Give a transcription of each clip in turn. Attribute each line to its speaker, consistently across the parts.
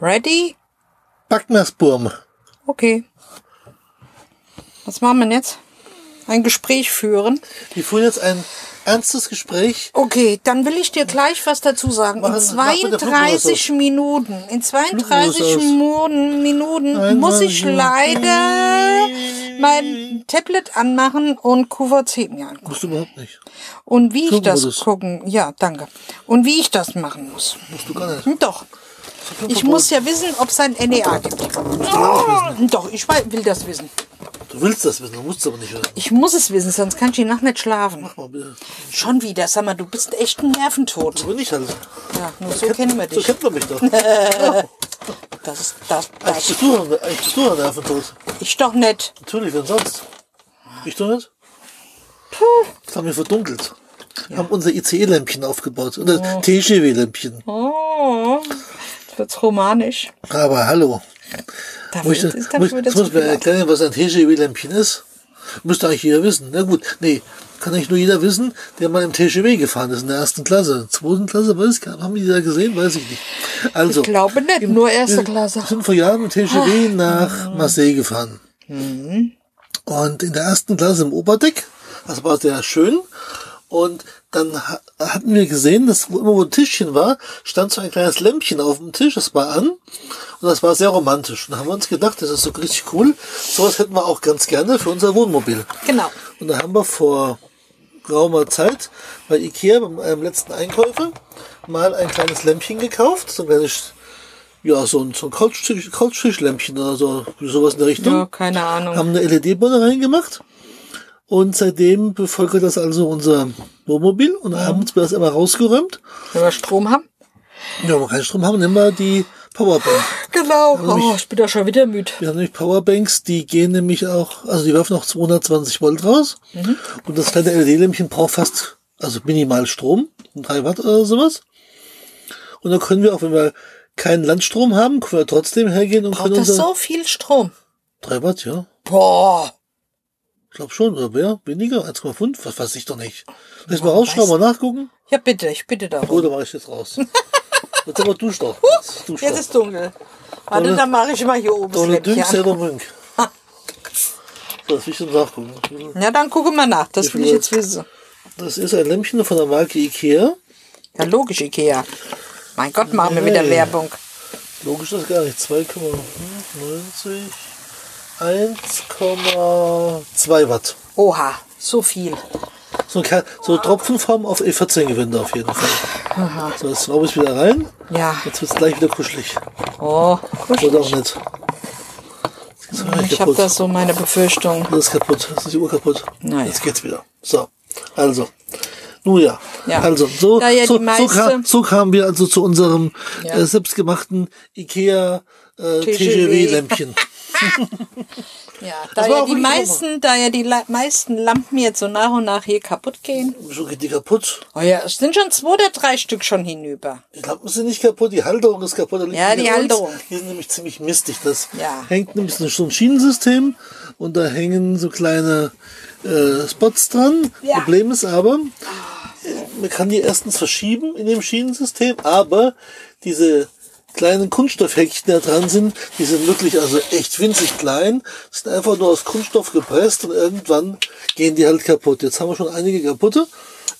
Speaker 1: Ready?
Speaker 2: Backnersburm.
Speaker 1: Okay. Was machen wir denn jetzt? Ein Gespräch führen.
Speaker 2: Wir führen jetzt ein ernstes Gespräch.
Speaker 1: Okay, dann will ich dir gleich was dazu sagen. In
Speaker 2: Machen- mach mit der Flugmodus
Speaker 1: 32 Minuten, in 32
Speaker 2: Flugmodus aus.
Speaker 1: Minuten, Minuten muss ich
Speaker 2: Minuten.
Speaker 1: leider mein Tablet anmachen und QVC mir angucken.
Speaker 2: Musst du überhaupt nicht.
Speaker 1: Und wie ich das
Speaker 2: Flugmodus.
Speaker 1: gucken, ja, danke. Und wie ich das machen muss.
Speaker 2: Musst du gar nicht.
Speaker 1: Hm, Doch. Ich muss ja wissen, ob es ein NEA gibt. Hm, Doch, ich wei- will das wissen.
Speaker 2: Du willst das wissen, du musst es aber nicht hören.
Speaker 1: Ich muss es wissen, sonst kann ich die Nacht nicht schlafen.
Speaker 2: Mach mal bitte.
Speaker 1: Schon wieder, sag mal, du bist echt ein Nerventod.
Speaker 2: So bin ich halt.
Speaker 1: Ja, nur so kennen wir
Speaker 2: So
Speaker 1: dich.
Speaker 2: kennt man mich doch. ja.
Speaker 1: Das ist das,
Speaker 2: Eigentlich
Speaker 1: das.
Speaker 2: bist du ein- eigentlich bist du ein Nerventot.
Speaker 1: Ich doch nicht.
Speaker 2: Natürlich, wer sonst? Ich doch nicht? Das haben wir verdunkelt. Haben unser ICE-Lämpchen aufgebaut. Unser TGW-Lämpchen.
Speaker 1: Oh, jetzt wird's romanisch.
Speaker 2: Aber hallo.
Speaker 1: Da
Speaker 2: Muss
Speaker 1: wird,
Speaker 2: ich,
Speaker 1: ist dann
Speaker 2: muss,
Speaker 1: wieder
Speaker 2: jetzt
Speaker 1: zu
Speaker 2: muss
Speaker 1: viel.
Speaker 2: mir erklären, was ein TGW-Lämpchen ist. Müsste eigentlich jeder wissen. Na gut, nee, kann eigentlich nur jeder wissen, der mal im TGW gefahren ist, in der ersten Klasse. Zweiten Klasse, weiß ich gar nicht. Haben die da gesehen? Weiß ich nicht. Also,
Speaker 1: Ich glaube nicht, nur erste
Speaker 2: wir
Speaker 1: Klasse.
Speaker 2: sind vor Jahren mit TGW nach Marseille gefahren. Und in der ersten Klasse im Oberdeck, das war sehr schön. Und dann ha- hatten wir gesehen, dass wo immer wo ein Tischchen war, stand so ein kleines Lämpchen auf dem Tisch, das war an. Und das war sehr romantisch. Und da haben wir uns gedacht, das ist so richtig cool. Sowas hätten wir auch ganz gerne für unser Wohnmobil.
Speaker 1: Genau.
Speaker 2: Und da haben wir vor geraumer Zeit bei Ikea bei einem letzten Einkäufe mal ein kleines Lämpchen gekauft. So ein kleines, ja, so ein, so ein Couchtisch- Couchtischlämpchen oder so, sowas in der Richtung.
Speaker 1: Ja, keine Ahnung.
Speaker 2: Haben eine LED-Bolle reingemacht. Und seitdem bevölkert das also unser Wohnmobil.
Speaker 1: Mhm.
Speaker 2: Und abends wird das immer rausgeräumt.
Speaker 1: Wenn wir Strom haben?
Speaker 2: Ja, wenn wir keinen Strom haben, nehmen wir die Powerbank.
Speaker 1: Genau.
Speaker 2: Also
Speaker 1: Oh, ich bin da schon wieder müde.
Speaker 2: Wir haben nämlich Powerbanks, die gehen nämlich auch, also die werfen auch 220 Volt raus.
Speaker 1: Mhm.
Speaker 2: Und das kleine LED-Lämpchen braucht fast, also minimal Strom, 3 Watt oder sowas. Und dann können wir auch, wenn wir keinen Landstrom haben, können wir trotzdem hergehen und
Speaker 1: Braucht
Speaker 2: können
Speaker 1: das
Speaker 2: unser
Speaker 1: so viel Strom?
Speaker 2: 3 Watt, ja.
Speaker 1: Boah.
Speaker 2: Ich glaube schon, oder mehr, weniger, 1,5, was weiß ich doch nicht. Lass mal rausschrauben, mal nachgucken.
Speaker 1: Ja, bitte, ich bitte darum.
Speaker 2: Oh, da war ich jetzt raus. Jetzt aber dusch doch. Jetzt dusch
Speaker 1: Jetzt
Speaker 2: doch.
Speaker 1: ist dunkel. Warte,
Speaker 2: Ohne-
Speaker 1: dann mache ich mal hier oben das
Speaker 2: Donald Dünk,
Speaker 1: Lämpchen an.
Speaker 2: selber Münk. So, das will ich schon nachgucken.
Speaker 1: Ja, dann gucken wir nach. Das
Speaker 2: Wie
Speaker 1: will
Speaker 2: viel
Speaker 1: ich
Speaker 2: Uhr?
Speaker 1: jetzt wissen.
Speaker 2: Das ist ein Lämpchen von der Marke Ikea.
Speaker 1: Ja, logisch, Ikea. Mein Gott, machen wir wieder
Speaker 2: Nee.
Speaker 1: Werbung.
Speaker 2: Logisch ist gar nicht. 2,95, 1,2 Watt.
Speaker 1: Oha, so viel.
Speaker 2: So, ein Ker- so Tropfenform auf E14-Gewinde auf jeden Fall. So, jetzt schraube ich wieder rein.
Speaker 1: Ja.
Speaker 2: Jetzt wird es gleich wieder kuschelig.
Speaker 1: Oh,
Speaker 2: Oder auch nicht. Jetzt ist
Speaker 1: ich habe das so meine Befürchtung.
Speaker 2: Das ist kaputt. Das ist die Uhr kaputt.
Speaker 1: Naja.
Speaker 2: Jetzt geht's wieder. So. Also. Nun ja.
Speaker 1: Ja.
Speaker 2: Also, so,
Speaker 1: Da ja
Speaker 2: so,
Speaker 1: die
Speaker 2: so,
Speaker 1: meiste-
Speaker 2: kam, so kamen wir also zu unserem
Speaker 1: Ja. E.
Speaker 2: äh, selbstgemachten IKEA äh,
Speaker 1: TGW.
Speaker 2: TGW-Lämpchen.
Speaker 1: Ja, da
Speaker 2: Das war
Speaker 1: ja
Speaker 2: auch
Speaker 1: die
Speaker 2: wirklich
Speaker 1: meisten, da ja die la- meisten Lampen jetzt so nach und nach hier kaputt gehen.
Speaker 2: so geht die kaputt.
Speaker 1: Oh ja, es sind schon zwei oder drei Stück schon hinüber.
Speaker 2: Die Lampen sind nicht kaputt, die Halterung ist kaputt. da liegt
Speaker 1: Ja, die
Speaker 2: an uns.
Speaker 1: Halterung.
Speaker 2: Die sind nämlich ziemlich mistig. Das
Speaker 1: Ja.
Speaker 2: hängt nämlich so ein- so ein Schienensystem und da hängen so kleine äh, Spots dran.
Speaker 1: Ja.
Speaker 2: Problem ist aber, äh, man kann die erstens verschieben in dem Schienensystem, aber diese kleinen Kunststoffhäkchen, die da dran sind, die sind wirklich also echt winzig klein, sind einfach nur aus Kunststoff gepresst und irgendwann gehen die halt kaputt. Jetzt haben wir schon einige kaputte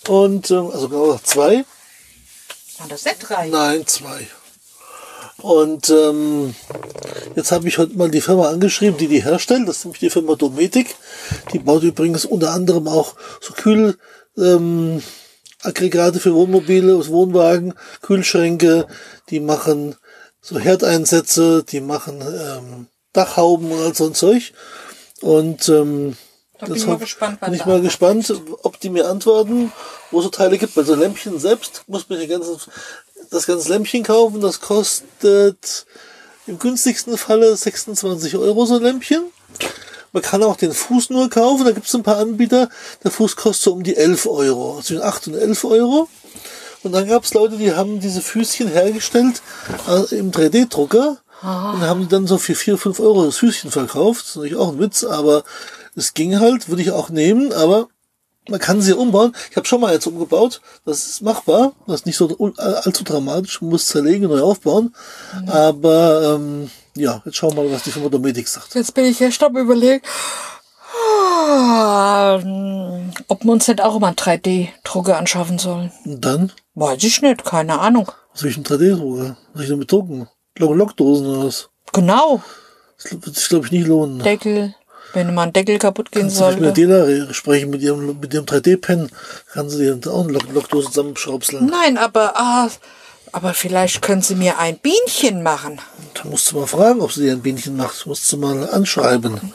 Speaker 2: und ähm, also genau gesagt zwei.
Speaker 1: Waren Ah, das nicht drei?
Speaker 2: Nein, zwei. Und ähm, jetzt habe ich heute mal die Firma angeschrieben, die die herstellt. Das ist nämlich die Firma Dometic. Die baut übrigens unter anderem auch so Kühl, ähm, Aggregate für Wohnmobile, Wohnwagen, Kühlschränke. Die machen so Herdeinsätze, die machen ähm, Dachhauben und all so ein Zeug. Und ähm,
Speaker 1: Da bin
Speaker 2: das
Speaker 1: ich mal
Speaker 2: hab-
Speaker 1: gespannt, wann
Speaker 2: bin ich
Speaker 1: da
Speaker 2: mal gespannt, ob die mir antworten, wo es so Teile gibt. Also Lämpchen selbst muss man den ganzen, das ganze Lämpchen kaufen. Das kostet im günstigsten Falle 26 Euro so ein Lämpchen. Man kann auch den Fuß nur kaufen. Da gibt es ein paar Anbieter. Der Fuß kostet so um die 11 Euro. Zwischen 8 und 11 Euro. Und dann gab es Leute, die haben diese Füßchen hergestellt äh, im 3D-Drucker und haben die dann so für 4, 5 Euro das Füßchen verkauft. Das ist natürlich auch ein Witz, aber es ging halt, würde ich auch nehmen, aber Man kann sie umbauen. Ich habe schon mal jetzt umgebaut. Das ist machbar. Das ist nicht so un- all- allzu dramatisch. Man muss zerlegen, neu aufbauen. Aber ähm, ja, jetzt schauen wir mal, was die Firma Dometic sagt.
Speaker 1: Jetzt bin ich echt am überlegen, Ah, ob wir uns nicht auch mal einen 3D-Drucker anschaffen sollen.
Speaker 2: Und dann?
Speaker 1: Weiß ich nicht, keine Ahnung.
Speaker 2: Was soll ich denn 3D-Drucker? Was soll ich damit drucken? Lock Lockdosen oder was?
Speaker 1: Genau,
Speaker 2: Das wird sich, glaube ich, nicht lohnen.
Speaker 1: Deckel. Wenn mal ein Deckel kaputt gehen
Speaker 2: Kannst du nicht mit der
Speaker 1: sollte.
Speaker 2: Dealer re- sprechen, mit ihrem, mit ihrem 3D-Pen, kannst du dir dann auch eine Lock Lockdose zusammenschraubseln.
Speaker 1: Nein, aber, ah, aber vielleicht können sie mir ein Bienchen machen.
Speaker 2: Da musst du mal fragen, ob sie dir ein Bienchen macht. Das musst du mal anschreiben.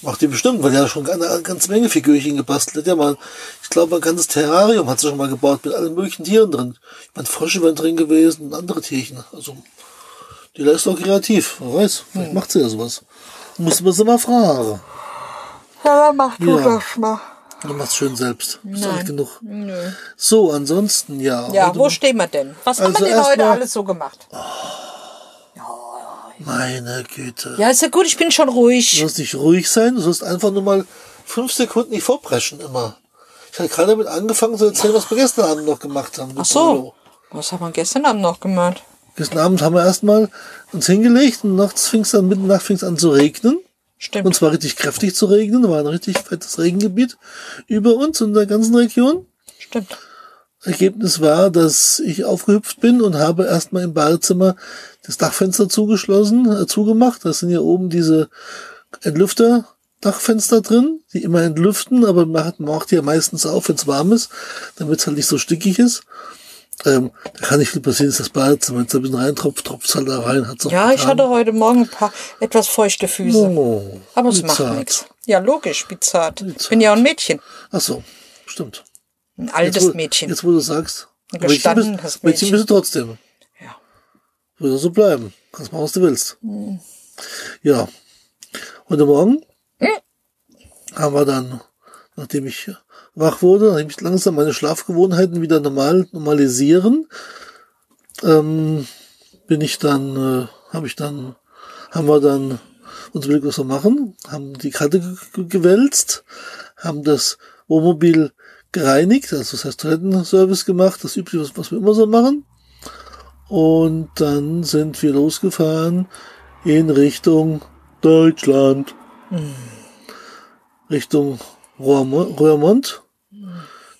Speaker 2: Macht die bestimmt, weil die hat schon eine ganze Menge Figürchen gebastelt. Die hat Ja, mal, ich glaube, ein ganzes Terrarium hat sie schon mal gebaut mit allen möglichen Tieren drin. Ich meine, Frösche wären drin gewesen und andere Tierchen. Also, die ist doch kreativ. Wer weiß, vielleicht macht sie ja sowas. Muss man sie mal fragen.
Speaker 1: Ja, mach du
Speaker 2: Ja. das
Speaker 1: mal.
Speaker 2: Du machst schön selbst. Ist
Speaker 1: Nein.
Speaker 2: alt genug. So, ansonsten, ja.
Speaker 1: Ja,
Speaker 2: heute-
Speaker 1: wo stehen wir denn? Was haben
Speaker 2: Also
Speaker 1: wir denn heute
Speaker 2: erstmal-
Speaker 1: alles so gemacht?
Speaker 2: Meine Güte.
Speaker 1: Ja, ist ja gut, ich bin schon ruhig.
Speaker 2: Du sollst nicht ruhig sein, du sollst einfach nur mal fünf Sekunden nicht vorpreschen immer. Ich habe gerade damit angefangen zu erzählen, was wir gestern Abend noch gemacht haben.
Speaker 1: Ach so. Was haben wir gestern Abend noch gemacht?
Speaker 2: Gestern Abend haben wir erstmal uns hingelegt und nachts fing es dann, mitten in der Nacht fing es an zu regnen. Und
Speaker 1: Stimmt.
Speaker 2: zwar richtig kräftig zu regnen, war ein richtig fettes Regengebiet über uns in der ganzen Region.
Speaker 1: Stimmt.
Speaker 2: Ergebnis war, dass ich aufgehüpft bin und habe erstmal im Badezimmer das Dachfenster zugeschlossen, äh, zugemacht. Da sind hier oben diese Entlüfter. Dachfenster drin, die immer entlüften, aber man hat- man macht die ja meistens auf, wenn es warm ist, damit es halt nicht so stickig ist. Ähm, da kann nicht viel passieren, ist das Badezimmer. Wenn es da ein bisschen reintropft, tropft es halt da rein. Hat's auch
Speaker 1: Ja, ich
Speaker 2: getan.
Speaker 1: hatte heute Morgen ein paar etwas feuchte Füße.
Speaker 2: Oh,
Speaker 1: Aber es
Speaker 2: wie
Speaker 1: macht
Speaker 2: zart.
Speaker 1: nichts. Ja, logisch, wie zart.
Speaker 2: Wie zart.
Speaker 1: Bin ja auch ein Mädchen.
Speaker 2: Ach so, stimmt.
Speaker 1: Ein
Speaker 2: Jetzt,
Speaker 1: altes
Speaker 2: wo-
Speaker 1: Mädchen.
Speaker 2: Jetzt, wo du sagst,
Speaker 1: Ein
Speaker 2: aber ich-
Speaker 1: gestandenes
Speaker 2: bist- Mädchen bist du trotzdem.
Speaker 1: Ja.
Speaker 2: Würde so bleiben. Kannst machen, was du willst.
Speaker 1: Hm.
Speaker 2: Ja. Heute Morgen
Speaker 1: Hm.
Speaker 2: haben wir dann, nachdem ich wach wurde, nachdem ich langsam meine Schlafgewohnheiten wieder normal normalisieren, ähm, bin ich dann, äh, habe ich dann, haben wir dann uns überlegt, was wir machen, haben die Karte ge- ge- gewälzt, haben das Wohnmobil gereinigt, also das heißt Toilettenservice gemacht, das übliche, was- was wir immer so machen. Und dann sind wir losgefahren in Richtung Deutschland. Richtung Roermond. Roermond. Die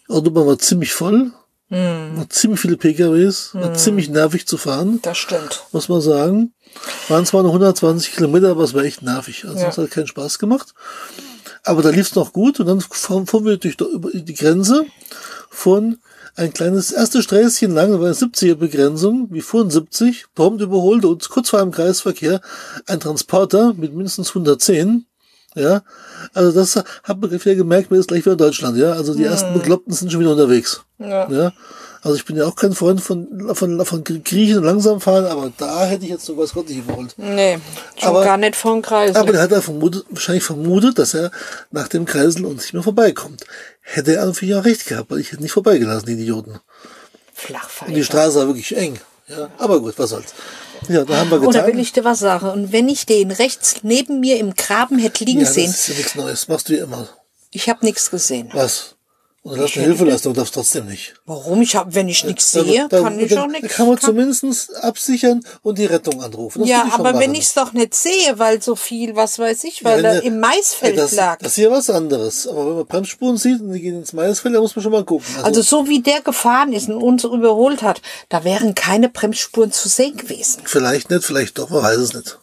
Speaker 2: Autobahn war ziemlich voll. War ziemlich viele PKWs. War ziemlich nervig zu fahren,
Speaker 1: Das stimmt.
Speaker 2: muss man sagen. Waren zwar nur 120 Kilometer, aber es war echt nervig. Also
Speaker 1: Ja.
Speaker 2: es hat keinen Spaß gemacht. Aber da lief es noch gut und dann fuhren fuhren wir durch über die Grenze von ein kleines erste Sträßchen lang, da war eine 70er Begrenzung, wir fuhren 70, prompt überholte uns kurz vor einem Kreisverkehr ein Transporter mit mindestens 110. Ja, also das hat man wieder gemerkt, man ist gleich wieder in Deutschland, ja. Also die ersten Bekloppten sind schon wieder unterwegs.
Speaker 1: Mhm. Ja.
Speaker 2: ja. Also ich bin ja auch kein Freund von, von, von Griechen und langsam fahren, aber da hätte ich jetzt so weiß Gott nicht gewollt.
Speaker 1: Nee, schon
Speaker 2: Aber-
Speaker 1: gar nicht von Kreis.
Speaker 2: Aber der hat er vermutet, wahrscheinlich vermutet, dass er nach dem Kreisel uns nicht mehr vorbeikommt. Hätte er natürlich auch recht gehabt, weil ich hätte nicht vorbeigelassen, die Idioten. Und die
Speaker 1: Flachpfeife.
Speaker 2: Straße war wirklich eng. Ja, aber gut, was soll's. Ja, da haben wir getan.
Speaker 1: Oder Oh, will ich dir was sagen? Und wenn ich den rechts neben mir im Graben hätte liegen
Speaker 2: ja, das
Speaker 1: sehen,
Speaker 2: ist ja nichts Neues. Machst du ja immer.
Speaker 1: ich habe nichts gesehen.
Speaker 2: Was? Und du hast eine Hilfeleistung, darfst trotzdem nicht.
Speaker 1: Warum? Ich hab, wenn ich nichts sehe, kann ich
Speaker 2: da,
Speaker 1: auch
Speaker 2: Da
Speaker 1: nichts.
Speaker 2: kann man zumindest absichern und die Rettung anrufen. Das
Speaker 1: ja,
Speaker 2: würde ich schon
Speaker 1: aber wenn
Speaker 2: machen.
Speaker 1: ich es doch nicht sehe, weil so viel, was weiß ich, weil
Speaker 2: Wenn
Speaker 1: er
Speaker 2: der-
Speaker 1: im Maisfeld
Speaker 2: das,
Speaker 1: lag.
Speaker 2: Das ist ja was anderes. Aber wenn man Bremsspuren sieht und die gehen ins Maisfeld, da muss man schon mal gucken.
Speaker 1: also so wie der gefahren ist und uns überholt hat, da wären keine Bremsspuren zu sehen gewesen.
Speaker 2: Vielleicht nicht, vielleicht doch, man weiß es nicht.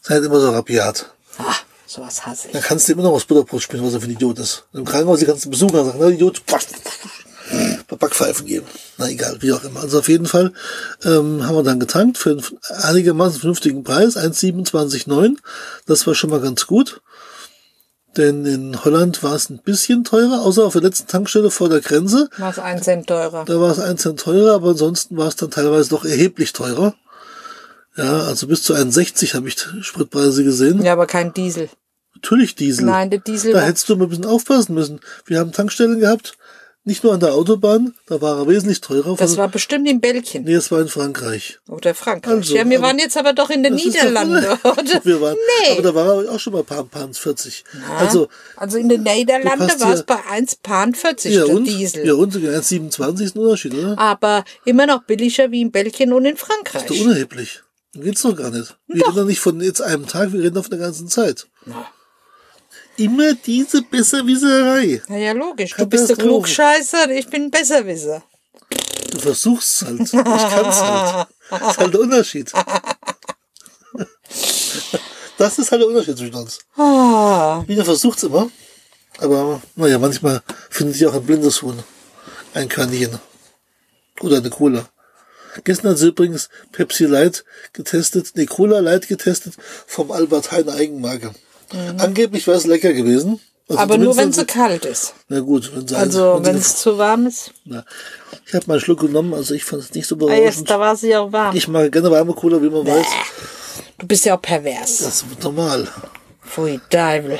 Speaker 2: Seid immer so rabiat.
Speaker 1: Ah, sowas hasse ich.
Speaker 2: Dann kannst du immer noch aus Butterbrot spielen, was er für ein Idiot ist. Im Krankenhaus die ganzen Besucher sagen, na Idiot, paar Backpfeifen geben. Na egal, wie auch immer. Also auf jeden Fall ähm, haben wir dann getankt für einen einigermaßen vernünftigen Preis, 1,27,9. Das war schon mal ganz gut. Denn in Holland war es ein bisschen teurer, außer auf der letzten Tankstelle vor der Grenze.
Speaker 1: War es ein Cent teurer.
Speaker 2: Da war es ein Cent teurer, aber ansonsten war es dann teilweise noch erheblich teurer. Ja, also bis zu 61 habe ich Spritpreise gesehen.
Speaker 1: Ja, aber kein Diesel.
Speaker 2: Natürlich Diesel.
Speaker 1: Nein, der Diesel
Speaker 2: Da
Speaker 1: war-
Speaker 2: hättest du mal ein bisschen aufpassen müssen. Wir haben Tankstellen gehabt, Nicht nur an der Autobahn, da war er wesentlich teurer.
Speaker 1: Das war bestimmt in Belgien
Speaker 2: Also- nee, das war in Frankreich.
Speaker 1: oder Frankreich.
Speaker 2: Also,
Speaker 1: ja, wir
Speaker 2: aber-
Speaker 1: waren jetzt aber doch in den
Speaker 2: Das ist doch-
Speaker 1: Niederlanden. Oder?
Speaker 2: Wir waren,
Speaker 1: nee.
Speaker 2: Aber da war er auch schon mal ein paar, paar 40. Also,
Speaker 1: also in den
Speaker 2: Du
Speaker 1: Niederlanden
Speaker 2: passt
Speaker 1: war es
Speaker 2: ja-
Speaker 1: bei 1,40
Speaker 2: ja
Speaker 1: der
Speaker 2: und,
Speaker 1: Diesel. Ah,
Speaker 2: ja und, sogar 1,27 ist ein Unterschied, oder?
Speaker 1: Aber immer noch billiger wie in Belgien und in
Speaker 2: Das ist
Speaker 1: Frankreich.
Speaker 2: doch unerheblich. Dann geht's doch gar nicht. Wir reden doch nicht von jetzt einem Tag, wir reden doch von der ganzen Zeit.
Speaker 1: Na.
Speaker 2: Immer diese Besserwisserei.
Speaker 1: Naja, logisch. Du
Speaker 2: Katastrophe.
Speaker 1: bist der Klugscheißer, ich bin ein Besserwisser.
Speaker 2: Du versuchst's halt. Ich kann's halt. Das ist halt der Unterschied. Das ist halt der Unterschied zwischen uns.
Speaker 1: Ah,
Speaker 2: Wieder versucht's immer. Aber, naja, manchmal findet sich auch ein blindes Huhn. Ein Kaninchen. Oder eine Cola. Gestern hat sie übrigens Pepsi Light getestet, nee, Cola Light getestet vom Albert Heijn Eigenmarke. Angeblich war es lecker gewesen.
Speaker 1: Mhm.
Speaker 2: Also
Speaker 1: aber nur
Speaker 2: zumindest
Speaker 1: wenn sie
Speaker 2: hat
Speaker 1: kalt ist.
Speaker 2: sie- Na gut, wenn sie
Speaker 1: Also
Speaker 2: wenn sie-
Speaker 1: wenn es zu warm ist.
Speaker 2: na, Ich habe mal einen Schluck genommen, also ich fand es nicht so
Speaker 1: Ah,
Speaker 2: berauschend.
Speaker 1: jetzt, da war sie auch warm.
Speaker 2: Ich mag gerne warme Cola, wie man weiß.
Speaker 1: Du bist ja auch pervers.
Speaker 2: Das ist normal.
Speaker 1: Pfui, Teufel.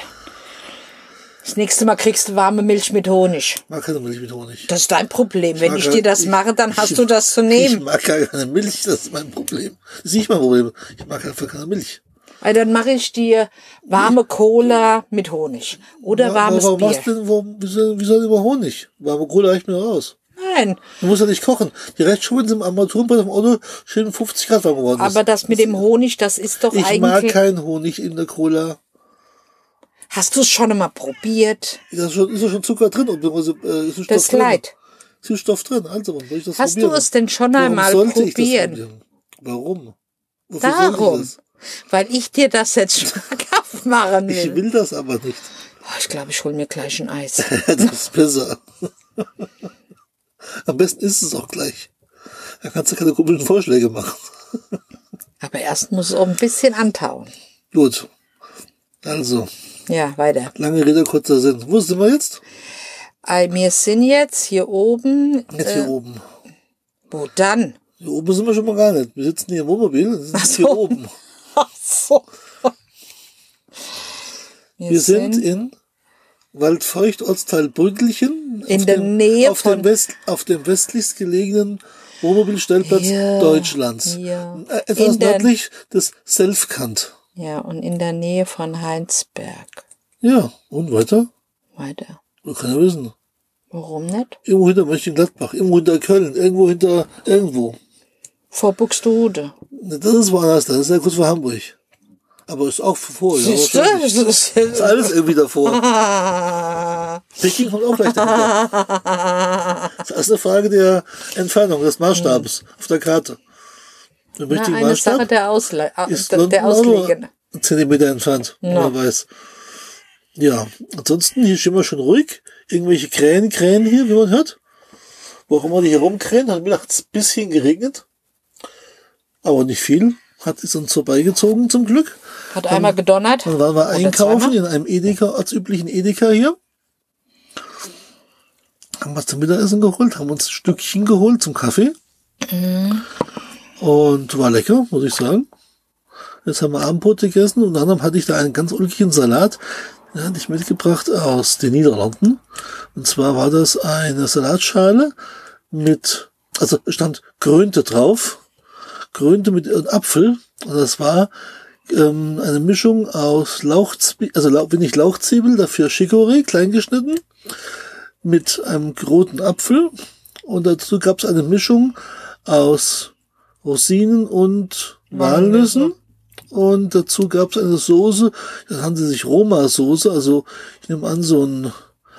Speaker 1: Das nächste Mal kriegst du warme Milch mit Honig.
Speaker 2: Mag keine Milch mit Honig.
Speaker 1: Das ist dein Problem. Wenn
Speaker 2: mag
Speaker 1: ich
Speaker 2: gar-
Speaker 1: dir das
Speaker 2: halt, ich-
Speaker 1: mache, dann hast
Speaker 2: ich-
Speaker 1: du das zu
Speaker 2: Ich
Speaker 1: nehmen.
Speaker 2: mag gar keine Milch, das ist mein Problem. Das ist nicht mein Problem. Ich mag einfach keine Milch.
Speaker 1: Weil dann mache ich dir warme Cola mit Honig. Oder
Speaker 2: Wa-
Speaker 1: warmes
Speaker 2: warum
Speaker 1: Bier.
Speaker 2: machst du denn, warum, wieso, wieso denn über Honig? Warme Cola reicht mir aus.
Speaker 1: Nein,
Speaker 2: Du musst ja nicht kochen. Die reicht schon, wenn sie im Armaturenbrett im Auto schön 50 Grad warm geworden ist.
Speaker 1: aber das mit dem Honig, das ist doch
Speaker 2: ich mag
Speaker 1: eigentlich...
Speaker 2: keinen Honig in der Cola.
Speaker 1: Hast du es schon einmal probiert?
Speaker 2: Da ist schon, ist ja schon Zucker drin. Und, äh, ist Süßstoff
Speaker 1: Das
Speaker 2: drin.
Speaker 1: Leid.
Speaker 2: Ist Süßstoff drin. Also, warum soll ich das
Speaker 1: Hast du
Speaker 2: probieren?
Speaker 1: es denn schon
Speaker 2: Warum
Speaker 1: einmal
Speaker 2: sollte ich das
Speaker 1: probieren?
Speaker 2: probieren? Warum? Wofür soll ich
Speaker 1: Darum.
Speaker 2: das?
Speaker 1: Weil ich dir das jetzt schmackhaft machen will.
Speaker 2: Ich will das aber nicht.
Speaker 1: Oh, ich glaube, ich hole mir gleich ein Eis.
Speaker 2: das ist besser. Am besten ist es auch gleich. Dann kannst du keine komischen Vorschläge machen.
Speaker 1: Aber erst muss es auch ein bisschen antauen.
Speaker 2: Gut. Also,
Speaker 1: Ja, weiter.
Speaker 2: lange Rede, kurzer Sinn. Wo sind wir jetzt?
Speaker 1: Ei, Wir sind jetzt hier oben.
Speaker 2: Jetzt hier oben.
Speaker 1: Wo dann?
Speaker 2: Hier oben sind wir schon mal gar nicht. Wir sitzen hier im Wohnmobil, sind
Speaker 1: Ach so.
Speaker 2: hier oben.
Speaker 1: Ach so. Wir,
Speaker 2: Wir
Speaker 1: sind,
Speaker 2: sind in Waldfeucht, Ortsteil Brüggelchen.
Speaker 1: In
Speaker 2: auf
Speaker 1: der
Speaker 2: dem,
Speaker 1: Nähe
Speaker 2: auf
Speaker 1: von-
Speaker 2: dem West, auf dem westlichst gelegenen Wohnmobilstellplatz
Speaker 1: Ja,
Speaker 2: Deutschlands.
Speaker 1: ja.
Speaker 2: Äh, Etwas
Speaker 1: In der-
Speaker 2: nördlich des Selfkant.
Speaker 1: ja und in der Nähe von Heinsberg.
Speaker 2: Ja, und weiter?
Speaker 1: Weiter.
Speaker 2: Wir können ja wissen.
Speaker 1: Warum nicht?
Speaker 2: Irgendwo hinter Mönchengladbach, irgendwo hinter Köln, irgendwo hinter irgendwo.
Speaker 1: Vor Buxtehude.
Speaker 2: Ne, Das ist woanders, das ist ja kurz vor Hamburg. Aber ist auch vor. Ja,
Speaker 1: Siehst du?
Speaker 2: wahrscheinlich. ist alles irgendwie davor.
Speaker 1: Ah.
Speaker 2: Peking kommt auch gleich dahinter. Das ist eine Frage der Entfernung, des Maßstabes auf der Karte.
Speaker 1: Mhm.
Speaker 2: Im
Speaker 1: Na,
Speaker 2: richtigen
Speaker 1: eine Sache
Speaker 2: Maßstab
Speaker 1: der, Ausle ah,
Speaker 2: ist
Speaker 1: der,
Speaker 2: London
Speaker 1: der Auslegen.
Speaker 2: auch nur Zentimeter entfernt, man weiß. Ja, ansonsten hier stehen wir schon ruhig. Irgendwelche Krähen, Krähen hier, wie man hört. Wo auch immer die hier rumkrähen, hat nachts ein bisschen geregnet. Aber nicht viel. Hat es uns vorbeigezogen zum Glück.
Speaker 1: Hat einmal gedonnert.
Speaker 2: Dann waren wir
Speaker 1: Oder
Speaker 2: einkaufen
Speaker 1: zweimal.
Speaker 2: in einem Edeka, als üblichen Edeka hier. Haben was zum Mittagessen geholt, haben uns ein Stückchen geholt zum Kaffee. Und war lecker, muss ich sagen. Jetzt haben wir Abendbrot gegessen. Unter anderem hatte ich da einen ganz ulkigen Salat. Den hatte ich mitgebracht aus den Niederlanden. Und zwar war das eine Salatschale mit, also stand Grönte drauf. Gründe mit und Apfel. Und das war ähm, eine Mischung aus Lauchzwiebel, also lau wenig Lauchzwiebel, dafür Chicorée, kleingeschnitten, mit einem roten Apfel. Und dazu gab es eine Mischung aus Rosinen und Walnüssen. Und dazu gab es eine Soße, das haben sie sich Roma-Soße, also ich nehme an, so ein,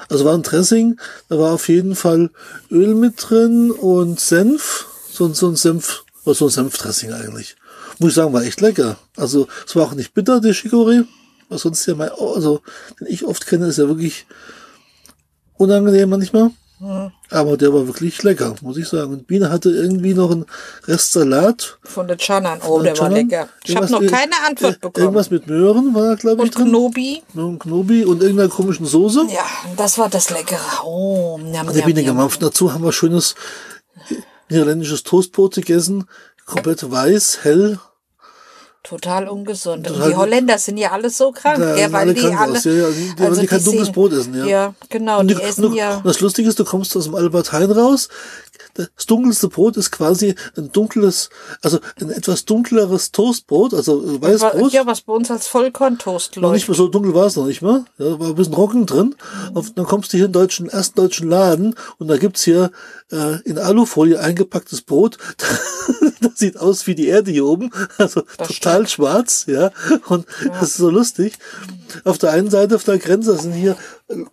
Speaker 2: also war ein Dressing, da war auf jeden Fall Öl mit drin und Senf, so, ein- so ein Senf, was so ein Senfdressing eigentlich. Muss ich sagen, war echt lecker. Also es war auch nicht bitter, der Chicorée, was sonst ja mein, also den ich oft kenne, ist ja wirklich unangenehm manchmal. Aber der war wirklich lecker, muss ich sagen. Und Biene hatte irgendwie noch einen Restsalat.
Speaker 1: Von der Chanan. Oh, der war
Speaker 2: Chanan.
Speaker 1: lecker. Ich habe
Speaker 2: Irgendwas-
Speaker 1: noch keine Antwort
Speaker 2: ir-
Speaker 1: bekommen.
Speaker 2: Irgendwas mit Möhren war, glaube ich,
Speaker 1: Und
Speaker 2: drin.
Speaker 1: Knobi?
Speaker 2: Knobi. Knobi und irgendeiner komischen Soße.
Speaker 1: Ja, das war das Leckere. Oh, njam,
Speaker 2: An der
Speaker 1: njam,
Speaker 2: Biene
Speaker 1: njam.
Speaker 2: gemampft. Dazu haben wir schönes äh, niederländisches Toastbrot gegessen. Komplett weiß, hell.
Speaker 1: Total ungesund. Und die Holländer sind ja alle so krank.
Speaker 2: Ja,
Speaker 1: Ja,
Speaker 2: sind
Speaker 1: weil
Speaker 2: alle
Speaker 1: die
Speaker 2: krank
Speaker 1: alle. also
Speaker 2: aus, ja, ja, die- die- weil die kein
Speaker 1: sehen-
Speaker 2: dunkles Brot essen, ja.
Speaker 1: Ja, genau.
Speaker 2: Und,
Speaker 1: Die,
Speaker 2: du-
Speaker 1: essen
Speaker 2: du-
Speaker 1: ja.
Speaker 2: und das Lustige ist, du kommst aus dem Albert Heijn raus. Das dunkelste Brot ist quasi ein dunkles, also ein etwas dunkleres Toastbrot, also äh, Weißbrot.
Speaker 1: Ja, was bei uns als Vollkorntoast
Speaker 2: Noch
Speaker 1: läuft.
Speaker 2: nicht mal so dunkel war es noch nicht mal. Ja, war ein bisschen Roggen drin. Und dann kommst du hier in den deutschen, ersten deutschen Laden und da gibt's hier äh, in Alufolie eingepacktes Brot. das sieht aus wie die Erde hier oben. Also total schwarz, ja. Und das ist so lustig. Auf der einen Seite auf der Grenze sind hier,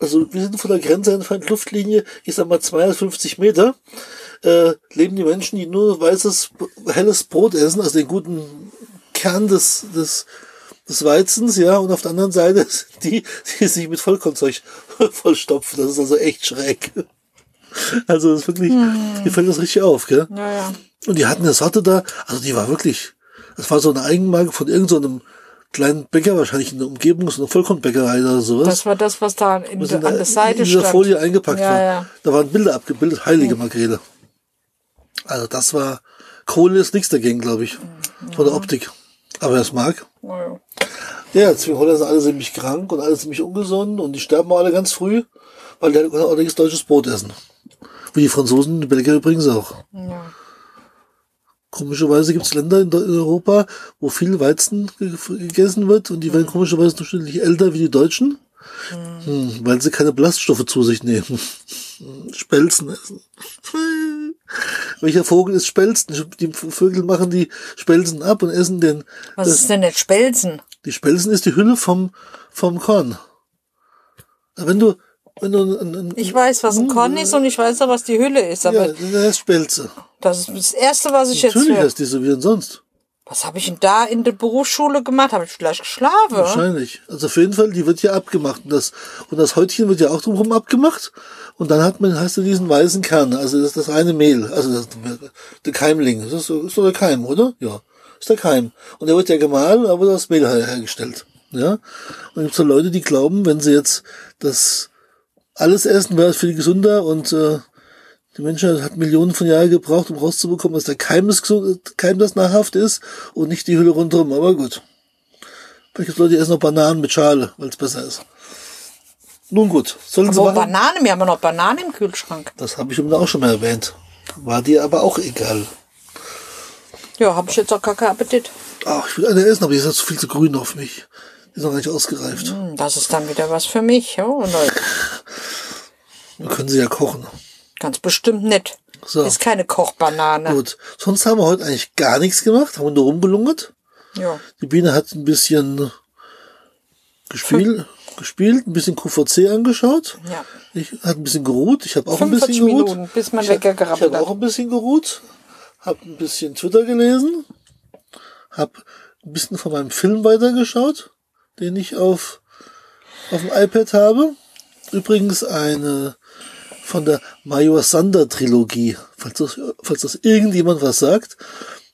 Speaker 2: also wir sind von der Grenze entfernt, Luftlinie, ich sag mal 250 Meter. Äh, leben die Menschen, die nur weißes, helles Brot essen, also den guten Kern des, des, des Weizens, ja, und auf der anderen Seite sind die, die sich mit Vollkornzeug vollstopfen. Das ist also echt schräg. Also das ist wirklich, mir fällt das richtig auf, gell?
Speaker 1: Hm. Ja, ja.
Speaker 2: Und die hatten eine Sorte da, also die war wirklich, das war so eine Eigenmarke von irgendeinem so einem kleinen Bäcker, wahrscheinlich in der Umgebung, so eine Vollkornbäckerei oder sowas.
Speaker 1: Das war das, was da in,
Speaker 2: was in
Speaker 1: an der Seite
Speaker 2: in dieser
Speaker 1: stand.
Speaker 2: Folie eingepackt
Speaker 1: ja,
Speaker 2: war.
Speaker 1: Ja.
Speaker 2: Da waren Bilder abgebildet, heilige Makrele. Also das war, Kohle ist nichts dagegen, glaube ich,
Speaker 1: Mhm.
Speaker 2: von der Optik. Aber wer es mag.
Speaker 1: Ja, Oh, ja.
Speaker 2: Ja, deswegen Holländer sind alle ziemlich krank und alle ziemlich ungesund und die sterben alle ganz früh, weil die halt kein ordentliches deutsches Brot essen. Wie die Franzosen und die Belgier übrigens auch.
Speaker 1: Ja.
Speaker 2: Komischerweise gibt's Länder in Deu- in Europa, wo viel Weizen ge- gegessen wird und die werden komischerweise durchschnittlich älter wie die Deutschen, hm, weil sie keine Ballaststoffe zu sich nehmen. Spelzen essen. Welcher Vogel ist Spelzen? Die Vögel machen die Spelzen ab und essen den.
Speaker 1: Was ist denn jetzt Spelzen?
Speaker 2: Die Spelzen ist die Hülle vom, vom Korn. Wenn du, wenn du ein, ein,
Speaker 1: Ich weiß, was ein Korn ist und ich weiß auch, was die Hülle ist. Aber
Speaker 2: ja, das heißt Spelze.
Speaker 1: das ist das Erste, was ich jetzt
Speaker 2: Natürlich
Speaker 1: höre.
Speaker 2: heißt die so wie denn sonst.
Speaker 1: Was habe ich denn da in der Berufsschule gemacht? Habe ich vielleicht geschlafen?
Speaker 2: Wahrscheinlich. Also auf jeden Fall, die wird ja abgemacht. Und das, und das Häutchen wird ja auch drumherum abgemacht. Und dann hat man, hast du diesen weißen Kern. Also das ist das reine Mehl. Also das, der Keimling. Das ist, so, ist so der Keim, oder? Ja. Ist der Keim. Und der wird ja gemahlen, aber das Mehl her- hergestellt. Ja. Und dann gibt's so Leute, die glauben, wenn sie jetzt das alles essen, wäre es viel gesünder und, äh, die Menschheit hat Millionen von Jahren gebraucht, um rauszubekommen, dass der Keim, ist, gesund- Keim das nahrhaft ist und nicht die Hülle rundherum. Aber gut. Vielleicht gibt Leute, die essen noch Bananen mit Schale, weil es besser ist. Nun gut, sollen sie
Speaker 1: Wo
Speaker 2: machen.
Speaker 1: Banane? Wir haben ja noch Bananen im Kühlschrank.
Speaker 2: Das habe ich eben auch schon mal erwähnt. War dir aber auch egal.
Speaker 1: Ja, habe ich jetzt auch gar keinen Appetit.
Speaker 2: Ach, ich will eine essen, aber die ist jetzt viel zu grün auf mich. Die ist noch gar nicht ausgereift.
Speaker 1: Hm, Das ist dann wieder was für mich. Oh, Leute.
Speaker 2: Wir können sie ja kochen.
Speaker 1: Ganz bestimmt nicht.
Speaker 2: So.
Speaker 1: Ist keine Kochbanane.
Speaker 2: Gut, sonst haben wir heute eigentlich gar nichts gemacht, haben nur rumgelungert.
Speaker 1: Ja.
Speaker 2: Die Biene hat ein bisschen gespielt, gespielt ein bisschen QVC angeschaut.
Speaker 1: Ja.
Speaker 2: Ich hat ein bisschen geruht. Ich habe auch ein
Speaker 1: 45
Speaker 2: bisschen geruht.
Speaker 1: Minuten, bis man
Speaker 2: Ich hab- Ich
Speaker 1: weggerappelt
Speaker 2: habe
Speaker 1: hat.
Speaker 2: auch ein bisschen geruht, habe ein bisschen Twitter gelesen, habe ein bisschen von meinem Film weitergeschaut, den ich auf, auf dem iPad habe. Übrigens eine von der Major Sander Trilogie, falls das, falls das irgendjemand was sagt.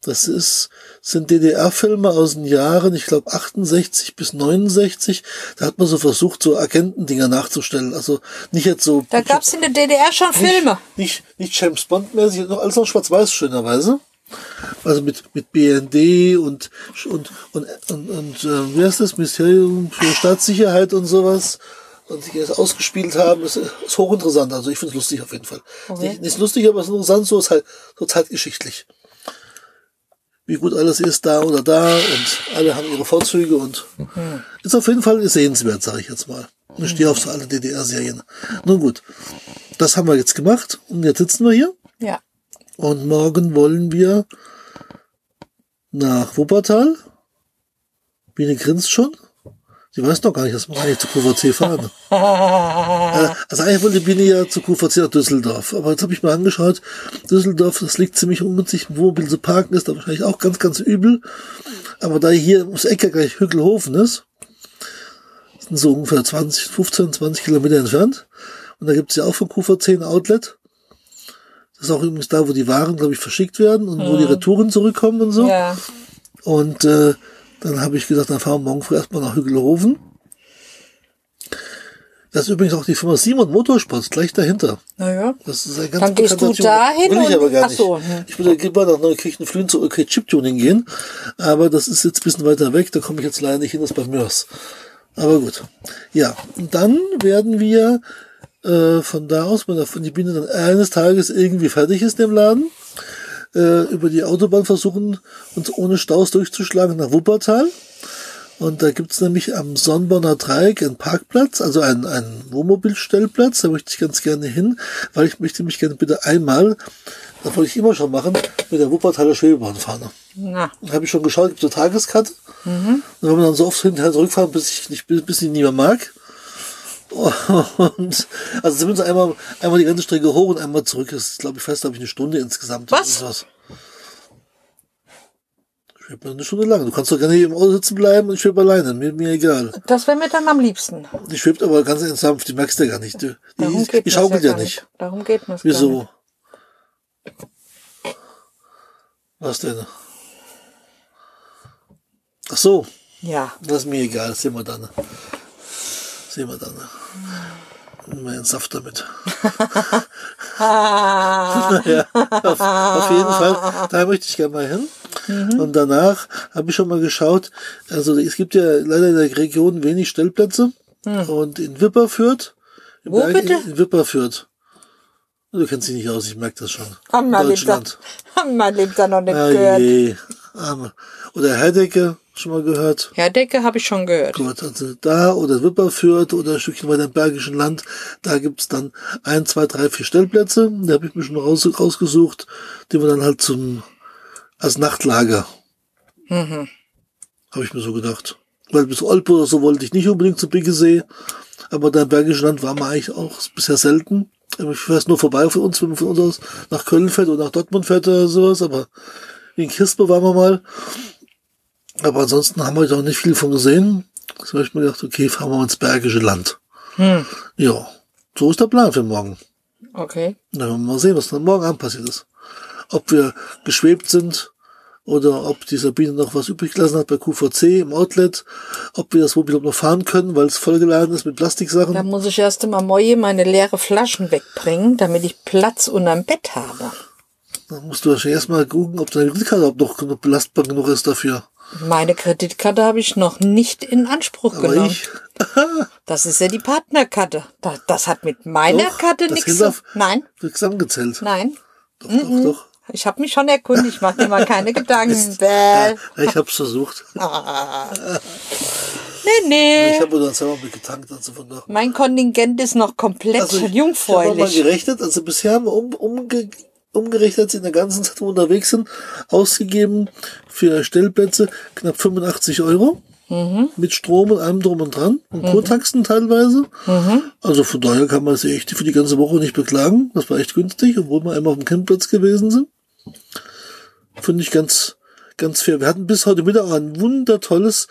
Speaker 2: Das ist, sind DDR-Filme aus den Jahren, ich glaube 68 bis 69. Da hat man so versucht, so Agentendinger nachzustellen. Also nicht jetzt so
Speaker 1: Da gab es in der DDR schon Filme.
Speaker 2: nicht, nicht James Bond-mäßig, noch alles noch schwarz-weiß schönerweise. Also mit, mit BND und, und, und, und, und äh, wie heißt das? Ministerium für Staatssicherheit und sowas. Und die das ausgespielt haben, ist, ist hochinteressant. Also ich finde es lustig auf jeden Fall.
Speaker 1: Okay.
Speaker 2: Nicht, nicht lustig, aber es ist interessant, so, zeit, so zeitgeschichtlich. Wie gut alles ist, da oder da. Und alle haben ihre Vorzüge und ist auf jeden Fall sehenswert, sage ich jetzt mal. Ich stehe auf so alle DDR-Serien. Nun gut, das haben wir jetzt gemacht und jetzt sitzen wir hier.
Speaker 1: Ja.
Speaker 2: Und morgen wollen wir nach Wuppertal. Biene grinst schon. Sie weiß noch gar nicht, dass wir eigentlich zu QVC fahren. Äh, also eigentlich wollte Biene ja zu QVC nach Düsseldorf. Aber jetzt habe ich mal angeschaut, Düsseldorf, das liegt ziemlich ungünstig, wo mobil zu parken ist, da wahrscheinlich auch ganz, ganz übel. Aber da hier ums Eck ja gleich Hückelhofen ist, sind so ungefähr 20, 15, 20 Kilometer entfernt. Und da gibt es ja auch von QVC ein Outlet. Das ist auch übrigens da, wo die Waren, glaube ich, verschickt werden und wo die Retouren zurückkommen und so.
Speaker 1: Ja.
Speaker 2: Und äh, dann habe ich gesagt, dann fahren wir morgen früh erstmal nach Hügelhofen. Das ist übrigens auch die Firma Simon Motorsport gleich dahinter.
Speaker 1: Naja.
Speaker 2: Das ist ein ganz
Speaker 1: Dann gehst
Speaker 2: bekannter
Speaker 1: du
Speaker 2: Tuner.
Speaker 1: dahin
Speaker 2: Will ich
Speaker 1: und-
Speaker 2: aber gar
Speaker 1: ach
Speaker 2: nicht.
Speaker 1: so, hm.
Speaker 2: Ich würde lieber nach Neukirchen-Flühen zu OK Chiptuning gehen. Aber das ist jetzt ein bisschen weiter weg. Da komme ich jetzt leider nicht hin. Das ist bei Mörs. Aber gut. Ja. Und dann werden wir äh, von da aus, wenn davon die Biene dann eines Tages irgendwie fertig ist, dem Laden, äh, über die Autobahn versuchen, uns ohne Staus durchzuschlagen nach Wuppertal. Und da gibt's nämlich am Sonnborner Dreieck einen Parkplatz, also einen, einen Wohnmobilstellplatz. Da möchte ich ganz gerne hin, weil ich möchte mich gerne bitte einmal, das wollte ich immer schon machen, mit der Wuppertaler Schwebebahn fahren.
Speaker 1: Na,
Speaker 2: Da habe ich schon geschaut, gibt's eine Tageskarte. Und wenn man dann so oft hinterher zurückfahren, bis ich nicht, bis, bis ich nie mehr mag. Und also zumindest einmal, einmal die ganze Strecke hoch und einmal zurück ist, glaube ich, fast glaube ich eine Stunde insgesamt.
Speaker 1: Was?
Speaker 2: Das ist was. Ich schwebe eine Stunde lang. Du kannst doch gerne hier im Auto sitzen bleiben und ich schwebe alleine. Mir, mir egal.
Speaker 1: das wäre mir dann am liebsten.
Speaker 2: Die schwebt aber ganz in sanft, die merkst du ja gar nicht. Die,
Speaker 1: Darum
Speaker 2: die,
Speaker 1: geht
Speaker 2: die
Speaker 1: mir's
Speaker 2: schaukelt ja
Speaker 1: gar
Speaker 2: nicht.
Speaker 1: Darum geht mir's gar nicht.
Speaker 2: Wieso? Was denn? Ach so,
Speaker 1: Ja.
Speaker 2: das ist mir egal, das sehen wir dann. Sehen wir dann. Nimm mal einen Saft damit.
Speaker 1: Ah,
Speaker 2: Ja, auf, auf jeden Fall, da möchte ich gerne mal hin.
Speaker 1: Mhm.
Speaker 2: Und danach habe ich schon mal geschaut, also es gibt ja leider in der Region wenig Stellplätze. Und in Wipperfürth, im
Speaker 1: Hm. Wo bitte?
Speaker 2: in Wipperfürth. Du kennst dich nicht aus, ich merke das schon.
Speaker 1: haben wir lebt da,
Speaker 2: Deutschland.
Speaker 1: haben wir lebt da noch nicht
Speaker 2: Ah,
Speaker 1: gehört.
Speaker 2: je, arme. Oder Herdecke, schon mal gehört.
Speaker 1: Ja, Decke habe ich schon gehört.
Speaker 2: Gott, also da oder Wipperfürth oder ein Stückchen weiter im Bergischen Land, da gibt's dann ein, zwei, drei, vier Stellplätze. Da habe ich mir schon raus, rausgesucht, die wir dann halt zum als Nachtlager. Habe ich mir so gedacht. Weil bis Olpe oder so wollte ich nicht unbedingt zu Biggesee, aber da im Bergischen Land waren wir eigentlich auch bisher selten. Ich fährst nur vorbei von uns, wenn man von uns aus nach Köln fährt oder nach Dortmund fährt oder sowas, aber in Kispe waren wir mal. Aber ansonsten haben wir doch nicht viel von gesehen. Zum Beispiel gedacht, okay, fahren wir mal ins Bergische Land.
Speaker 1: Hm,
Speaker 2: Ja, so ist der Plan für morgen.
Speaker 1: okay.
Speaker 2: Na, werden wir mal sehen, was dann morgen Abend passiert ist. Ob wir geschwebt sind oder ob die Sabine noch was übrig gelassen hat bei QVC im Outlet. Ob wir das Wohnmobil überhaupt noch fahren können, weil es vollgeladen ist mit Plastiksachen.
Speaker 1: Da muss ich erst einmal Moje meine leere Flaschen wegbringen, damit ich Platz unterm Bett habe.
Speaker 2: Dann musst du wahrscheinlich erstmal gucken, ob deine Kreditkarte überhaupt noch genug belastbar genug ist dafür.
Speaker 1: Meine Kreditkarte habe ich noch nicht in Anspruch
Speaker 2: Aber
Speaker 1: genommen.
Speaker 2: ich,
Speaker 1: Das ist ja die Partnerkarte. Das, das hat mit meiner
Speaker 2: Doch,
Speaker 1: Karte
Speaker 2: das
Speaker 1: nichts
Speaker 2: geht
Speaker 1: zu
Speaker 2: auf-
Speaker 1: Nein, Mhm.
Speaker 2: wird zusammengezählt.
Speaker 1: nein.
Speaker 2: Doch, doch, doch.
Speaker 1: Ich habe mich schon erkundigt, mach dir mal keine Gedanken.
Speaker 2: Ja,
Speaker 1: Bäh.
Speaker 2: ich hab's versucht.
Speaker 1: Nee, nee.
Speaker 2: Ich habe dann selber mit getankt, also von daher.
Speaker 1: Mein Kontingent ist noch komplett
Speaker 2: Also ich, Ich habe mal
Speaker 1: jungfräulich.
Speaker 2: gerechnet, also bisher haben wir um, umge, umgerechnet in der ganzen Zeit, wo wir unterwegs sind, ausgegeben für Stellplätze knapp 85 Euro. Mit Strom und allem drum und dran. Und Kurtaxen teilweise. Also von daher kann man sich echt für die ganze Woche nicht beklagen. Das war echt günstig, obwohl wir einmal auf dem Campingplatz gewesen sind. Finde ich ganz, ganz fair. Wir hatten bis heute Mittag auch ein wundertolles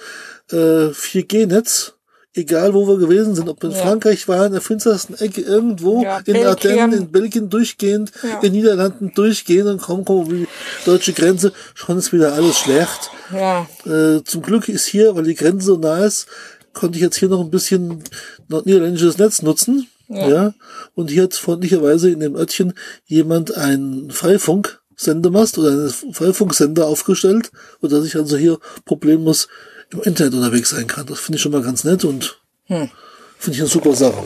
Speaker 2: äh, 4G-Netz. Egal wo wir gewesen sind, ob wir in
Speaker 1: Ja.
Speaker 2: Frankreich waren, in der finstersten Ecke irgendwo,
Speaker 1: Ja,
Speaker 2: in
Speaker 1: Belgien.
Speaker 2: Ardennen, in Belgien durchgehend,
Speaker 1: Ja.
Speaker 2: in Niederlanden durchgehend und kaum kommen wir über die deutsche Grenze, schon ist wieder alles schlecht.
Speaker 1: Ja,
Speaker 2: Äh, zum Glück ist hier, weil die Grenze so nah ist, konnte ich jetzt hier noch ein bisschen nordniederländisches Netz nutzen. Ja. Und hier hat freundlicherweise in dem Örtchen jemand einen Freifunk-Sendemast oder einen Freifunksender aufgestellt, sodass ich also hier problemlos im Internet unterwegs sein kann. Das finde ich schon mal ganz nett und
Speaker 1: Hm.
Speaker 2: finde ich eine super Sache.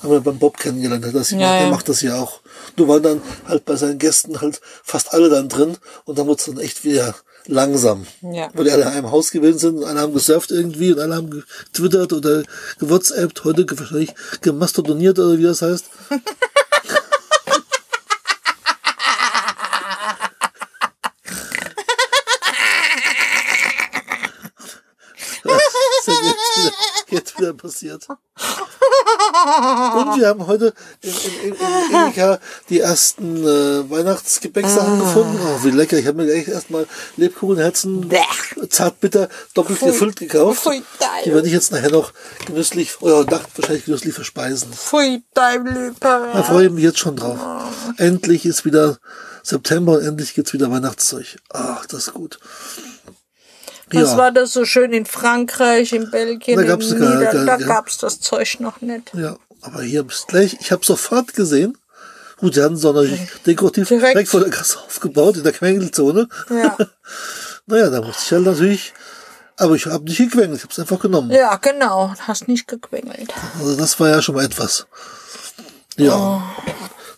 Speaker 2: Haben wir beim Bob kennengelernt, der, das hier
Speaker 1: Ja,
Speaker 2: macht, der
Speaker 1: ja.
Speaker 2: macht das ja auch. Nur waren dann halt bei seinen Gästen halt fast alle dann drin und dann wurde es dann echt wieder langsam.
Speaker 1: Ja.
Speaker 2: Weil die alle in einem Haus gewesen sind und alle haben gesurft irgendwie und alle haben getwittert oder gewhatsappt, heute ge- wahrscheinlich gemastodoniert oder wie das heißt. Was ist denn jetzt wieder, jetzt wieder passiert? Und wir haben heute im, im, im, im Edeka die ersten äh,
Speaker 1: Ah.
Speaker 2: Weihnachtsgebäcksachen gefunden. Oh, wie lecker. Ich habe mir gleich erstmal Lebkuchenherzen,
Speaker 1: Bäh.
Speaker 2: zartbitter, doppelt
Speaker 1: Pfui.
Speaker 2: gefüllt gekauft.
Speaker 1: Pfui, Teil.
Speaker 2: Die werde ich jetzt nachher noch genüsslich, oder heute Nacht wahrscheinlich genüsslich verspeisen.
Speaker 1: pfui, dein
Speaker 2: Da
Speaker 1: Lieber.
Speaker 2: freue ich mich jetzt schon drauf.
Speaker 1: Ah.
Speaker 2: Endlich ist wieder September und endlich gibt's wieder Weihnachtszeug. Ach, das ist gut.
Speaker 1: Was
Speaker 2: Ja.
Speaker 1: war das so schön in Frankreich, in Belgien,
Speaker 2: Da
Speaker 1: in
Speaker 2: gab's gar-
Speaker 1: Nieder
Speaker 2: gar-
Speaker 1: da
Speaker 2: gar-
Speaker 1: gab's das Zeug noch nicht.
Speaker 2: Ja, aber hier hab's gleich, ich habe sofort gesehen. Gut, die hatten es auch natürlich dekorativ direkt.
Speaker 1: Direkt.
Speaker 2: vor der Kasse aufgebaut, in der Quengelzone.
Speaker 1: Ja.
Speaker 2: Naja, da musste ich halt natürlich, aber ich habe nicht gequengelt, ich habe es einfach genommen.
Speaker 1: ja, genau. Hast nicht gequengelt.
Speaker 2: Also das war ja schon mal etwas.
Speaker 1: Oh.
Speaker 2: Ja.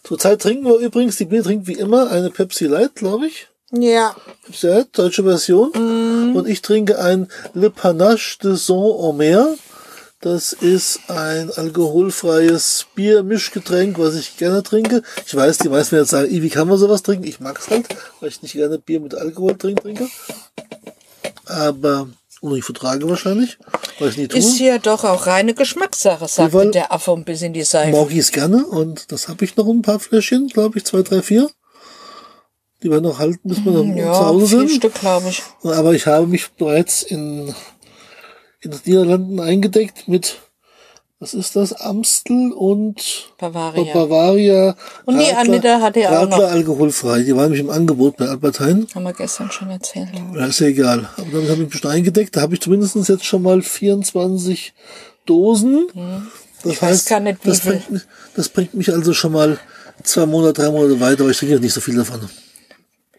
Speaker 2: Zurzeit trinken wir übrigens, die Bier trinkt wie immer eine Pepsi Light, glaube ich.
Speaker 1: Ja.
Speaker 2: Pepsi Light, deutsche Version.
Speaker 1: Mhm.
Speaker 2: Und ich trinke ein Le Panache de Saint-Omer. Das ist ein alkoholfreies Bier-Mischgetränk, was ich gerne trinke. Ich weiß, die meisten werden jetzt sagen, "Ih, wie kann man sowas trinken? Ich mag's halt, weil ich nicht gerne Bier mit Alkohol trinke. trinke. Aber, und ich vertrage wahrscheinlich, weil ich nie tue.
Speaker 1: Ist hier doch auch reine Geschmackssache,
Speaker 2: wollen-
Speaker 1: sagte der Affe ein bisschen die Seife.
Speaker 2: Morgi ist gerne und das habe ich noch ein paar Fläschchen, glaube ich, zwei, drei, vier. Die werden noch halten, bis wir dann zu
Speaker 1: Hm, Ja,
Speaker 2: Hause
Speaker 1: vier
Speaker 2: sind.
Speaker 1: Stück, glaube ich.
Speaker 2: Aber ich habe mich bereits in, in den Niederlanden eingedeckt mit, was ist das, Amstel und
Speaker 1: Bavaria.
Speaker 2: Bavaria
Speaker 1: Und die
Speaker 2: Radler-
Speaker 1: Anita hatte ja auch
Speaker 2: Radler
Speaker 1: noch.
Speaker 2: alkoholfrei. Die waren nämlich im Angebot bei Albert Heijn.
Speaker 1: Haben wir gestern schon erzählt.
Speaker 2: Ja, ist ja egal. Aber damit habe ich mich schon eingedeckt. Da habe ich zumindest jetzt schon mal 24 Dosen. Das
Speaker 1: Mhm. Ich weiß gar nicht, wie
Speaker 2: das
Speaker 1: viel.
Speaker 2: bringt, mich- das bringt mich also schon mal zwei Monate, drei Monate weiter, aber ich trinke ja nicht so viel davon.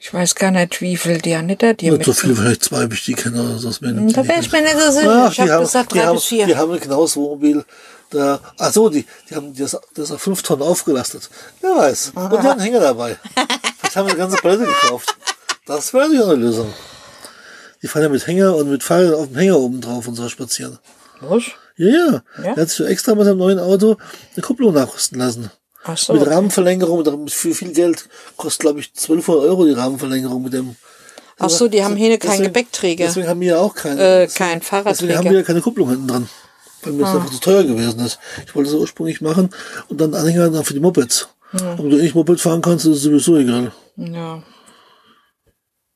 Speaker 1: Ich weiß gar nicht, wie viel die Anita dir
Speaker 2: Nicht
Speaker 1: mit.
Speaker 2: so viel, vielleicht zwei, wie ich die kenne oder so. Das wäre
Speaker 1: Da wäre ich mir nicht so sicher.
Speaker 2: Ach,
Speaker 1: ich
Speaker 2: die
Speaker 1: habe
Speaker 2: haben-
Speaker 1: gesagt,
Speaker 2: die
Speaker 1: drei
Speaker 2: haben,
Speaker 1: bis vier.
Speaker 2: Die haben ein genaues Wohnmobil. Da, ach so, die, die haben das, das auf fünf Tonnen aufgelastet. Wer weiß. Und die haben einen Hänger dabei. Vielleicht haben wir eine ganze Palette gekauft. Das wäre natürlich auch eine Lösung. Die fahren ja mit Hänger und mit Fahrrad auf dem Hänger oben drauf und so spazieren.
Speaker 1: Was?
Speaker 2: Ja, ja.
Speaker 1: Ja?
Speaker 2: Er hat sich extra mit seinem neuen Auto eine Kupplung nachrüsten lassen.
Speaker 1: Ach so.
Speaker 2: Mit Rahmenverlängerung, mit- mit viel, viel Geld. Kostet, glaube ich, 1200 Euro die Rahmenverlängerung mit dem.
Speaker 1: Ach so, die haben hier keinen Gepäckträger.
Speaker 2: Deswegen haben wir ja auch keinen.
Speaker 1: Äh,
Speaker 2: deswegen-
Speaker 1: kein Fahrradträger.
Speaker 2: Deswegen Also, haben wir ja keine Kupplung hinten dran. Weil
Speaker 1: Ah.
Speaker 2: mir das einfach zu teuer gewesen ist. Ich wollte es ursprünglich machen und dann Anhänger dann für die Mopeds.
Speaker 1: Hm.
Speaker 2: Ob du eh nicht Moped fahren kannst, ist sowieso egal.
Speaker 1: Ja.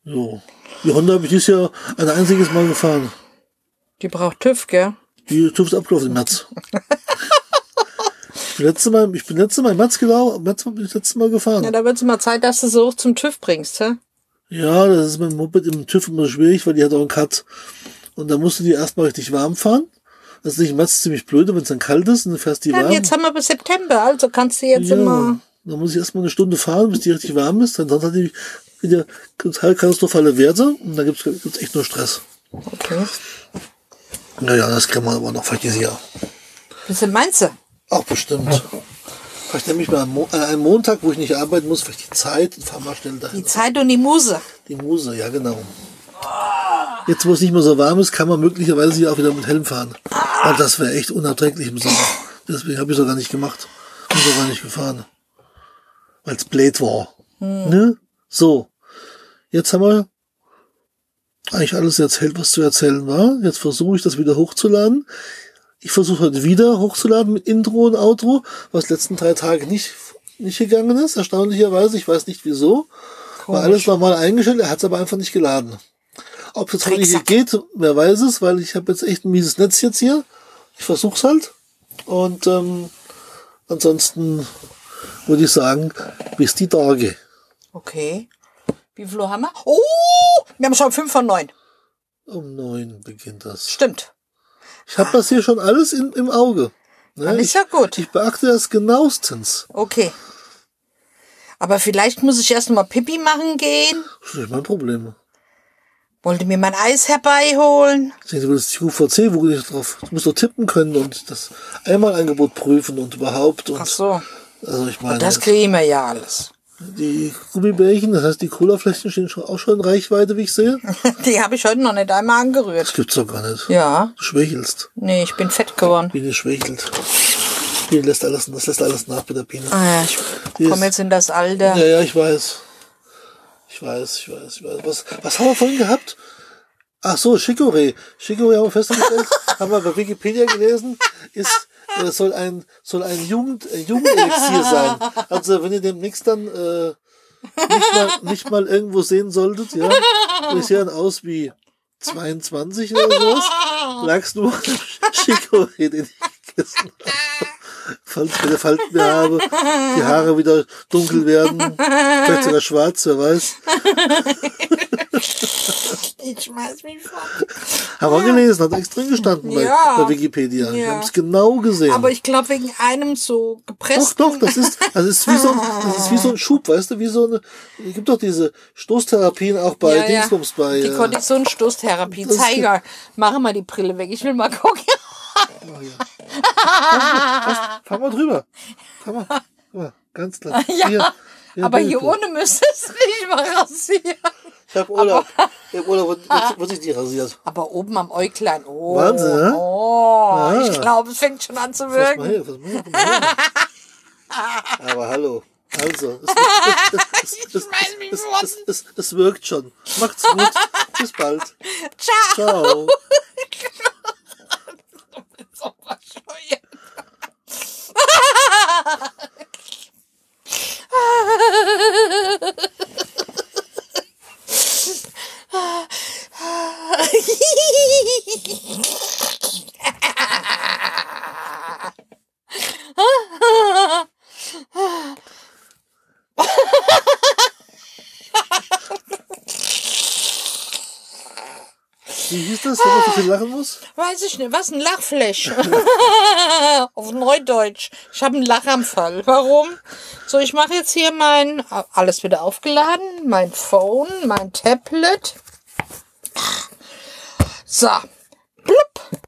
Speaker 2: So. Die Honda habe ich dieses Jahr ein einziges Mal gefahren.
Speaker 1: Die braucht TÜV, gell?
Speaker 2: Die TÜV ist abgelaufen im März. ich, bin letzte Mal, ich bin letzte Mal im März genau, im März bin ich letztes Mal
Speaker 1: Ja,
Speaker 2: gefahren.
Speaker 1: da wird's mal Zeit, dass du sie hoch zum TÜV bringst, hä?
Speaker 2: Ja, das ist mit dem Moped im TÜV immer schwierig, weil die hat auch einen Cut. Und da musst du die erstmal richtig warm fahren. Das ist nicht im März ziemlich blöde, wenn es dann kalt ist und du fährst die
Speaker 1: Ja,
Speaker 2: warm.
Speaker 1: jetzt haben wir bis September, also kannst du jetzt immer.
Speaker 2: Da muss ich erstmal eine Stunde fahren, bis die richtig warm ist. Dann hat die wieder total katastrophale Werte und da gibt's gibt's echt nur Stress.
Speaker 1: Okay.
Speaker 2: Naja, das kann man aber noch vielleicht dieses Jahr.
Speaker 1: Was meinst du?
Speaker 2: Auch bestimmt. Vielleicht nehme ich mal am Mo- an einem Montag, wo ich nicht arbeiten muss, vielleicht die Zeit und fahre mal schnell
Speaker 1: Die
Speaker 2: dahin.
Speaker 1: Zeit und die Muse.
Speaker 2: Die Muse, ja genau. Jetzt, wo es nicht mehr so warm ist, kann man möglicherweise hier auch wieder mit Helm fahren. Und das wäre echt unerträglich im Sommer. Deswegen habe ich es auch gar nicht gemacht. Bin ich auch gar nicht gefahren. Weil es blöd war. Ne? So. Jetzt haben wir eigentlich alles erzählt, was zu erzählen war. Jetzt versuche ich das wieder hochzuladen. Ich versuche heute wieder hochzuladen mit Intro und Outro, was letzten drei Tage nicht, nicht gegangen ist. Erstaunlicherweise. Ich weiß nicht wieso. War alles normal eingestellt, er hat es aber einfach nicht geladen. Ob es jetzt heute hier
Speaker 1: Tricksack.
Speaker 2: geht, wer weiß es, weil ich habe jetzt echt ein mieses Netz jetzt hier. Ich versuch's halt. Und ähm, ansonsten würde ich sagen, bis die Tage.
Speaker 1: Okay. Wie viel Uhr haben wir? Oh, wir haben schon fünf von neun.
Speaker 2: Um neun beginnt das.
Speaker 1: Stimmt.
Speaker 2: Ich habe das hier schon alles in, im Auge. Ne?
Speaker 1: Dann ist ja gut.
Speaker 2: Ich, ich beachte das genauestens.
Speaker 1: Okay. Aber vielleicht muss ich erst noch mal Pipi machen gehen.
Speaker 2: Das ist nicht mein Problem.
Speaker 1: Wollte mir mein Eis herbeiholen.
Speaker 2: Ich denke, du willst QVC, wo ich drauf. Du musst doch tippen können und das Einmalangebot prüfen und überhaupt. Und,
Speaker 1: Ach so.
Speaker 2: Also ich meine.
Speaker 1: Das kriegen wir ja alles.
Speaker 2: Die Gummibärchen, das heißt, die Colafläschchen stehen schon, auch schon in Reichweite, wie ich sehe.
Speaker 1: Die habe ich heute noch nicht einmal
Speaker 2: Das
Speaker 1: angerührt.
Speaker 2: gibt's doch gar nicht.
Speaker 1: Ja.
Speaker 2: Du schwächelst.
Speaker 1: Nee, ich bin fett geworden.
Speaker 2: Biene schwächelt. Biene lässt alles, das lässt alles nach bei der Biene.
Speaker 1: Ah ja, ich komme jetzt in das Alter.
Speaker 2: Ja, ja, ich weiß. Ich weiß, ich weiß, ich weiß. Was, was haben wir vorhin gehabt? Ach so, Chicorée. Chicorée haben wir festgestellt, haben wir bei Wikipedia gelesen, ist, äh, soll ein, soll ein Jugend, äh, Jugendelixier sein. Also, wenn ihr demnächst dann, äh, nicht mal, nicht mal irgendwo sehen solltet, ja, und ich sehe dann aus wie 22 oder sowas, lag's nur an dem Chicorée, den ich gegessen falls ich wieder Falten mehr habe, die Haare wieder dunkel werden, vielleicht sogar schwarz, wer weiß.
Speaker 1: Ich schmeiß mich fort.
Speaker 2: Haben wir gelesen, hat extra drin gestanden
Speaker 1: Ja.
Speaker 2: bei, bei Wikipedia. Wir
Speaker 1: Ja.
Speaker 2: haben es genau gesehen.
Speaker 1: Aber ich glaube, wegen einem so
Speaker 2: doch,
Speaker 1: gepresst.
Speaker 2: doch, das ist, das ist wie so ein, das ist wie so ein Schub, weißt du, wie so eine, es gibt doch diese Stoßtherapien auch bei Dingsbums, bei,
Speaker 1: die
Speaker 2: äh,
Speaker 1: Konditionsstoßtherapie.
Speaker 2: Das-
Speaker 1: Zeiger, mache mal die Brille weg. Ich will mal gucken.
Speaker 2: fahr mal drüber. Fahr mal, guck mal ganz klar.
Speaker 1: Ja,
Speaker 2: hier
Speaker 1: aber hier
Speaker 2: Bilder.
Speaker 1: ohne müsste es nicht mal rasieren.
Speaker 2: Ich hab Urlaub. Ich hab Urlaub, wird- wird, wird sich die rasiert.
Speaker 1: Aber oben am Äuglein. Oh,
Speaker 2: Wahnsinn, ne?
Speaker 1: oh
Speaker 2: Ja.
Speaker 1: ich glaube, es fängt schon an zu
Speaker 2: Pass mal
Speaker 1: wirken.
Speaker 2: her, pass mal her, komm mal her. Aber hallo. Also, es, es, es, es,
Speaker 1: schmeiß mich
Speaker 2: es,
Speaker 1: fort.
Speaker 2: es, es, es wirkt schon. Macht's gut. Bis bald.
Speaker 1: Ciao.
Speaker 2: Ciao.
Speaker 1: So bescheuert.
Speaker 2: Wie hieß das, wenn man so viel lachen muss?
Speaker 1: Weiß ich nicht, was ein Lachflash. Auf Neudeutsch. Ich habe einen Lachanfall. Warum? So, ich mache jetzt hier mein, alles wieder aufgeladen, mein Phone, mein Tablet. So, plupp.